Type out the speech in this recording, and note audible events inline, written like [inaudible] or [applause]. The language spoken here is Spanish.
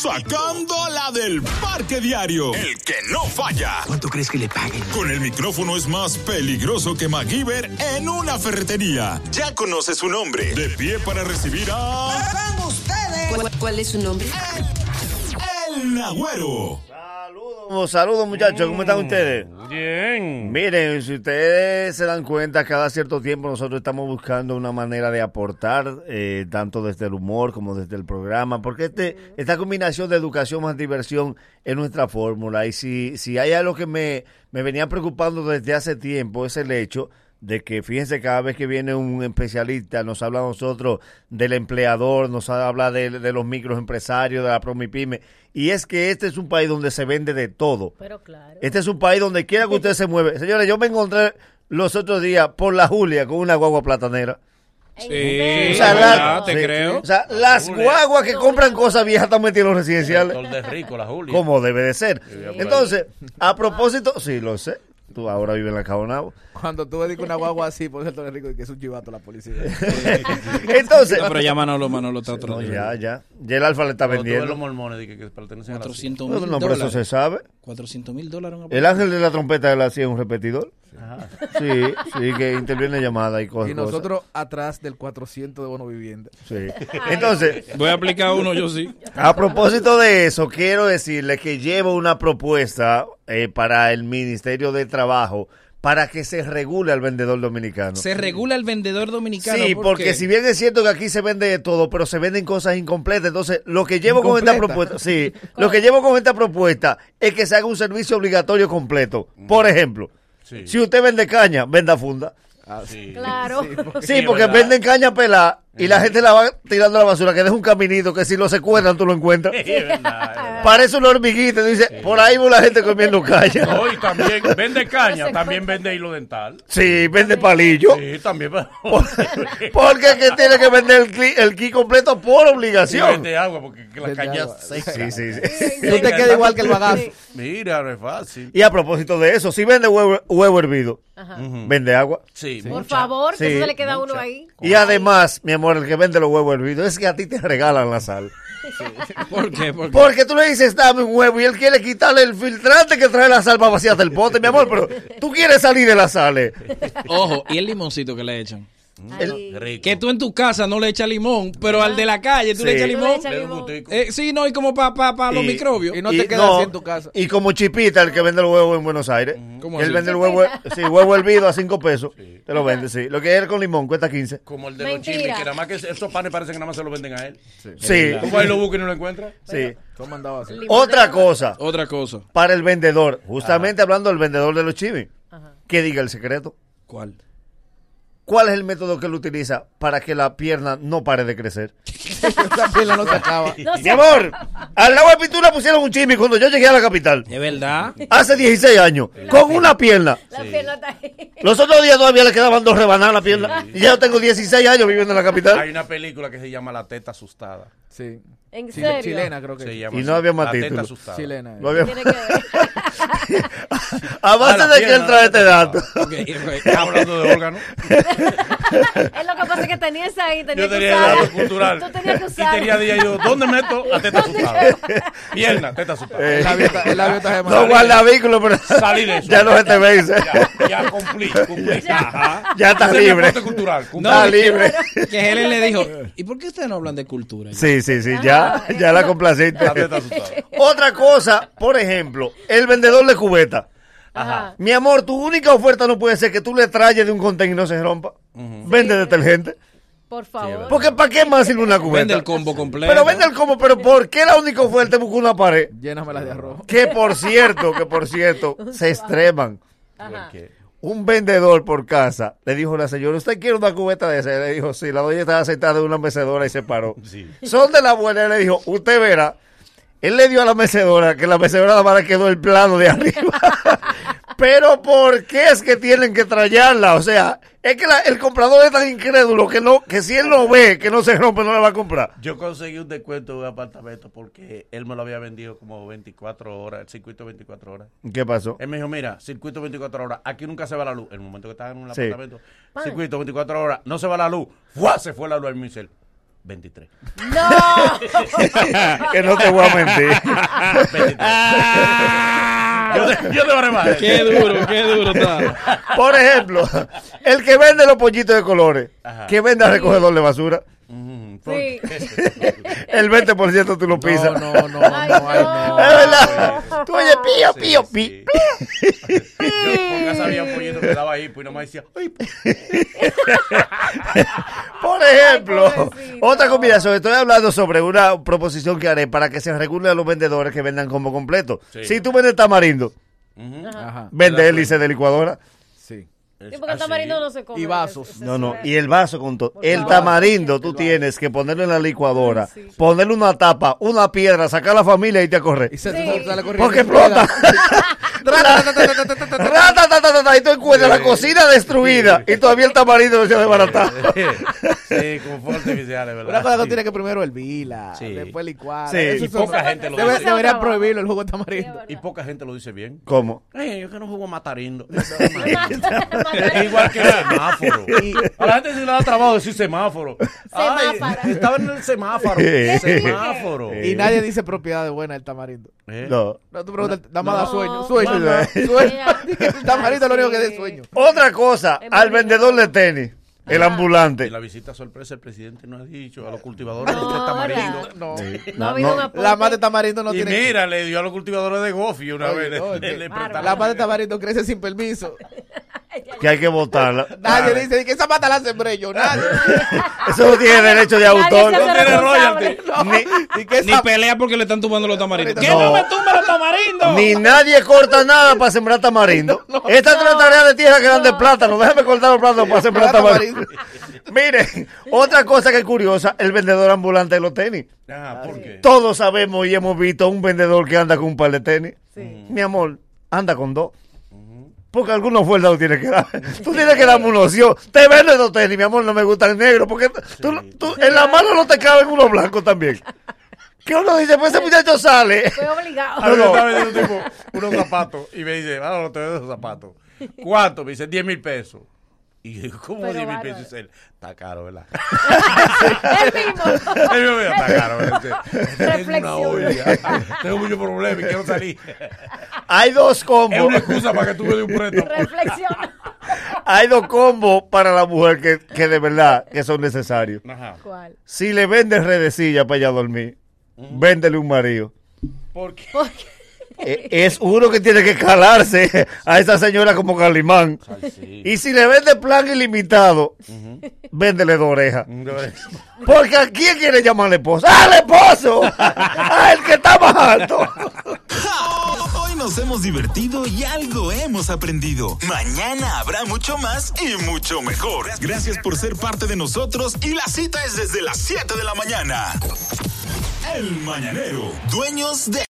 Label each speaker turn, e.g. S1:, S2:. S1: Sacando la del parque diario. El que no falla.
S2: ¿Cuánto crees que le paguen?
S1: Con el micrófono es más peligroso que MacGyver en una ferretería. Ya conoce su nombre. De pie para recibir a.
S3: ¿Cuál, cuál es su nombre?
S1: El Agüero.
S4: Saludos, saludos muchachos, ¿cómo están ustedes?
S5: Bien.
S4: Miren, si ustedes se dan cuenta, cada cierto tiempo nosotros estamos buscando una manera de aportar, eh, tanto desde el humor como desde el programa, porque este, esta combinación de educación más diversión es nuestra fórmula. Y si, si hay algo que me, me venía preocupando desde hace tiempo, es el hecho de que fíjense cada vez que viene un especialista nos habla a nosotros del empleador, nos habla de, de los microempresarios, de la promipyme y es que este es un país donde se vende de todo.
S6: Pero claro.
S4: Este es un país donde quiera que usted se mueve. Señores, yo me encontré los otros días por la Julia con una guagua platanera.
S5: Sí,
S4: O sea,
S5: es
S4: la-
S5: verdad, te
S4: sí,
S5: creo.
S4: O sea, las guaguas que compran cosas viejas están metidas en los residenciales.
S7: Doctor de rico, la Julia.
S4: Como debe de ser.
S7: Vivía por ahí.
S4: Entonces, a propósito, sí, lo sé. Tú ahora vives en la Cabonabo.
S8: Cuando tú dedicas una guagua así, por cierto, rico, y que es un chivato la policía.
S4: Entonces,
S5: No, pero ya Manolo, Manolo está otro
S4: no,
S5: nivel.
S4: ya, ya. Ya el alfa le está
S7: Cuando tú ves los
S4: vendiendo.
S7: mormones dije, que pertenecen a la
S5: 400
S4: No,
S5: mil
S4: no, pero eso se
S5: dólares.
S4: sabe.
S5: 400 mil dólares.
S8: Eh,
S5: una-
S4: El ángel de la trompeta de la CIA es un repetidor. Sí, sí, que interviene llamada y cosas.
S8: Y nosotros atrás del 400 de bono vivienda.
S4: Sí. Entonces,
S5: Voy a aplicar uno, yo sí.
S4: A propósito de eso, quiero decirles que llevo una propuesta eh, para el Ministerio de Trabajo para que se regule al vendedor dominicano.
S5: Se regula el vendedor dominicano.
S4: Sí,
S5: ¿por
S4: porque
S5: qué?
S4: si bien es cierto que aquí se vende de todo, pero se venden cosas incompletas. Entonces, lo que llevo con esta
S8: Incompleta.
S5: [laughs]
S4: propuesta, sí, lo que llevo con esta propuesta es que se haga un servicio obligatorio completo. Por ejemplo,
S7: Sí.
S4: si usted vende caña, venda funda.
S7: Sí.
S6: Claro.
S4: Sí,
S6: [laughs]
S7: Sí,
S4: porque
S7: ¿verdad?
S4: venden caña pelada y la gente la va tirando a la basura, que deja un caminito que si lo secuestran tú lo encuentras.
S7: [laughs] Sí, es verdad, es verdad.
S4: Parece una hormiguita, dice, por ahí va la gente
S7: [laughs]
S4: comiendo caña.
S7: No, y
S4: [laughs]
S7: también vende caña,
S6: Se
S7: también
S6: encuentra-
S7: vende hilo dental.
S4: Sí, vende palillo.
S7: Sí, también.
S4: [laughs]
S7: [laughs]
S4: Porque es que tiene que vender el, cli- el kit completo por
S7: Sí,
S4: obligación.
S7: vende agua, porque la
S8: Vende
S7: caña
S8: agua.
S7: es seca.
S4: Sí, sí, sí.
S8: Tú te quedas igual que el bagazo.
S7: Mira, no es fácil.
S4: Y a propósito de eso, si vende huevo, huevo hervido, vende agua.
S7: Sí,
S6: Por
S7: mucha.
S6: favor, que
S4: Sí,
S6: eso se le queda a uno ahí.
S4: Y además, mi amor, el que vende los huevos hervidos es que a ti te regalan la sal.
S5: ¿Por qué? ¿Por qué?
S4: Porque tú le dices, dame un huevo y él quiere quitarle el filtrante que trae la sal para vaciarte el pote, mi amor, pero tú quieres salir de la sal. eh.
S5: Ojo, y el limoncito que le echan.
S4: El-
S7: Rico.
S5: Que tú en tu casa no le echas limón, pero al de la calle tú le
S4: Sí.
S5: echas
S6: Tú le
S5: limón.
S6: echas
S7: Pero un
S6: limón.
S7: gustico.
S5: Eh, sí, no, y como para pa, pa los
S4: Y-
S5: microbios.
S8: Y no te quedas así en tu casa.
S4: Y como Chipita, el que vende los huevos en Buenos Aires.
S5: ¿Cómo
S4: él
S5: así?
S4: vende el huevo, sí, huevo hervido a 5 pesos. Te lo vende, sí. Lo que es con limón cuesta 15.
S7: Como el de
S6: Mentira.
S7: los chiles, que nada más que esos panes parecen que nada más se los venden a él.
S4: Sí, ¿Eh?
S7: Tú vas y lo buscas y no lo encuentras.
S4: sí.
S8: ¿Cómo andaba así?
S6: Limón
S4: Otra
S6: de-
S4: cosa,
S5: Otra cosa.
S4: para el vendedor, justamente hablando del vendedor de los chivis, que diga el secreto.
S5: ¿Cuál?
S4: ¿Cuál es el método que él utiliza para que la pierna no pare de crecer?
S8: Esa pila no se acaba.
S5: [laughs]
S6: No
S4: Mi
S6: sé,
S4: amor, al lado de pintura pusieron un chimis cuando yo llegué a la capital.
S5: ¿De verdad?
S4: Hace 16 años, con una pierna.
S6: la pierna está ahí. [laughs]
S4: Los otros días todavía le quedaban dos rebanadas a la pierna. Y ya yo tengo 16 años viviendo en la
S7: Hay
S4: capital.
S7: una película que se llama La teta asustada.
S8: Sí.
S6: En
S8: Chile-
S6: serio.
S8: Chilena, creo que.
S7: Se
S8: es.
S7: llama
S4: Y no
S7: así,
S4: había más
S7: La
S4: título.
S7: teta asustada.
S8: Chilena. eh.
S4: Lo había-
S6: Tiene que ver.
S4: A
S7: Ah, la
S4: base de que
S7: pierna,
S4: él trae este
S7: la
S4: dato.
S7: teta
S5: Ok,
S7: Estaba hablando de órgano.
S6: Es lo que pasa que tenías ahí, tenías
S7: Yo
S6: que
S7: tenía
S6: usar.
S7: el dato cultural.
S6: Tú tenías que
S7: Y
S6: usar.
S7: tenía día yo, ¿dónde meto a teta asustada? Pierna, teta asustada.
S8: El labio está- el labio está de
S4: No
S8: madera.
S4: guarda vínculo, pero
S7: Salí de eso.
S4: [laughs] ya no se te vence.
S7: Ya, ya cumplí, cumplí. Ajá.
S4: Ya estás
S7: Ese es mi
S4: libre.
S7: aporte cultural. cumplí.
S4: Está libre.
S5: Que Helen le dijo, ¿y por qué ustedes no hablan de cultura?
S4: Sí, sí, sí, ya, ya la complaciste.
S7: La teta asustada.
S4: [laughs] Otra cosa, por ejemplo, el vendedor de cubeta.
S6: Ajá.
S4: Mi amor, tu única oferta no puede ser que tú le trayes de un contenedor y no se rompa. Vende detergente.
S6: Por favor.
S4: Porque ¿para qué más sirve una cubeta?
S5: Vende el combo completo.
S4: Pero vende el combo, pero ¿por qué la única oferta es buscar una pared?
S8: Llénamela de arroz.
S4: Que por cierto, que por
S5: [laughs]
S4: cierto, se extreman.
S6: Ajá.
S4: Un vendedor por casa le dijo a la señora, ¿usted quiere una cubeta de esa? Le dijo, sí, la doña estaba sentada en una mecedora y se paró.
S7: Sí.
S4: Son de la abuela y le dijo, usted verá. Él le dio a la mecedora, que la mecedora nada más le quedó el plano de [laughs] arriba. Pero ¿por qué es que tienen que trallarla? O sea, es que la- el comprador es tan incrédulo que no, que si él no ve que no se rompe, no la va a comprar.
S7: Yo conseguí un descuento de un apartamento porque él me lo había vendido como 24 horas, el circuito 24 horas.
S4: ¿Qué
S7: [laughs]
S4: pasó?
S7: Él me dijo, mira, circuito 24 horas, aquí nunca se va la luz. El momento que estaba en un
S4: Sí.
S7: apartamento, circuito 24 horas, no se va la luz. ¡Fua! Se fue la luz al misel. 23.
S6: No.
S4: que no te voy a mentir.
S7: 23. yo, te, yo te voy a rebajar.
S5: Qué duro, qué duro
S8: [laughs]
S5: está.
S4: Por ejemplo, el que vende los pollitos de colores,
S7: Ajá.
S4: que vende al recogedor de basura,
S7: Mm, ¿por
S6: Sí.
S4: el 20% tú lo pisas. [laughs]
S5: No, no, no,
S6: Ay,
S5: no, ay,
S4: Es
S5: no.
S4: verdad. Tú oyes pío, pío, pi.
S7: Ah, Sí. Yo por casa había un pollito que daba ahí, pues y nomás decía, ¡ay!
S4: Por ejemplo,
S6: Ay, pobrecito.
S4: otra combinación. Estoy hablando sobre una proposición que haré para que se regule a los vendedores que vendan como completo.
S7: Sí.
S4: Si tú vendes tamarindo,
S8: Ajá,
S4: vende hélice de licuadora.
S8: sí.
S6: Sí, porque el tamarindo no se come.
S8: Y vasos.
S6: Ese- ese
S4: No, no.
S6: es-
S4: Y el vaso con todo. El
S6: favor.
S4: tamarindo tú tienes que ponerlo en la licuadora,
S6: Sí.
S4: ponerle una tapa, una piedra, sacar a la familia y te a correr.
S8: Y se
S6: Sí.
S8: tú sales corriendo.
S4: Porque explota. [laughs]
S8: Ra-ta-ta-ta-ta-ta-ta-ta.
S4: Ratatatatata, y tú encuentras la cocina destruida y todavía el tamarindo no se ha desbaratado.
S7: [laughs] [laughs] Sí, con fuegos artificiales, ¿verdad?
S8: Una cosa que
S7: Sí.
S8: tiene que primero hervirla,
S7: Sí.
S8: después licuar.
S4: Sí.
S8: Eso
S4: Y
S8: es-
S7: poca gente lo
S8: Debe-
S7: dice.
S8: Debería prohibirlo el jugo de tamarindo.
S7: Y poca gente lo dice bien.
S4: ¿Cómo?
S7: Ay, yo que no juego matarindo.
S6: Mata-
S7: [laughs] Es igual que el semáforo. A la gente se le da trabajo decir semáforo. Ay,
S6: Semáfara.
S7: estaba en el semáforo.
S4: ¿Qué
S7: semáforo.
S4: dije?
S8: Y nadie dice propiedades buenas del tamarindo.
S7: ¿Eh?
S4: No.
S8: No, tú preguntas, nada más da
S6: No.
S8: sueño. Sueño, [laughs]
S4: Mamá.
S8: sueño.
S6: Mira.
S8: El tamarindo es lo único que da es sueño.
S4: Otra cosa,
S6: Es Ah. muy
S4: al
S6: rico.
S4: vendedor de tenis, el
S7: eh, Y
S4: ambulante.
S7: la visita sorpresa el presidente no ha dicho a los cultivadores
S6: No,
S7: de tamarindo.
S6: ¿verdad?
S8: No.
S6: No ha habido un aporte.
S8: La madre de tamarindo no
S7: y
S8: tiene.
S7: mira, le dio a los cultivadores de gofi una
S8: Oye,
S7: vez. le-
S8: oye,
S7: le- le prestaron-
S8: La madre de tamarindo crece sin permiso.
S4: Que hay que
S6: [laughs]
S4: votarla.
S8: Nadie dice, que esa pata la sembré yo? Nadie.
S4: Eso no tiene derecho de
S6: Nadie
S4: autor.
S6: se hace
S7: No tiene
S6: responsable.
S8: [laughs]
S7: royalty.
S8: Ni- ni que
S5: Ni
S8: esa-
S5: pelea porque le están tumbando los tamarindos. ¿Qué
S4: No.
S5: no me tumba los tamarindos?
S4: Ni nadie corta nada para sembrar tamarindo. Esta es una tarea de tierra que dan de plátano. Déjame cortar los plátanos para sembrar tamarindo. [laughs] Miren, otra cosa que es curiosa, el vendedor ambulante de los tenis.
S7: Ah, ¿por qué?
S4: Todos sabemos y hemos visto un vendedor que anda con un par de tenis. Mi amor, anda con dos. Porque alguna oferta tú tienes que dar. [laughs] Tú tienes que darme una opción. Te venden dos tenis, mi amor, no me gusta el negro. Porque tú, tú- en la mano no te caben uno blanco también. Que uno dice, pues ese muchacho sale.
S6: Fue obligado.
S7: A mí me
S4: No.
S7: estaba vendiendo un tipo unos zapatos y me dice, ah, no te vendo esos zapatos. ¿Cuánto? Me dice, 10 mil pesos. Y yo digo, ¿cómo
S6: Pero
S7: 10 mil
S6: bárbaro.
S7: pesos? Y dice él, está caro, ¿verdad? [laughs]
S6: [laughs] El mismo.
S7: Él me dijo, está caro, ¿verdad? Dice, Tengo una
S6: Reflexión.
S7: olla, [laughs] tengo muchos problemas y quiero salir.
S4: Hay dos
S7: Es una
S4: combos.
S7: excusa para que tú me des un préstamo.
S6: Reflexiona.
S4: [laughs] Hay dos combos para la mujer que, que de verdad que son necesarios.
S7: Ajá.
S6: ¿Cuál?
S4: Si le vendes redecilla para ella dormir, véndele un marido.
S7: ¿Por qué?
S6: Porque
S4: E- Es uno que tiene que calarse a esa señora como Calimán. Y si le vende plan ilimitado, véndele dos orejas. Porque ¿a quién quiere llamar la esposa? ¡Al esposo! ¡Al que está más alto!
S1: Hoy nos hemos divertido y algo hemos aprendido. Mañana habrá mucho más y mucho mejor. Gracias por ser parte de nosotros y la cita es desde las 7 de la mañana. El Mañanero, dueños de...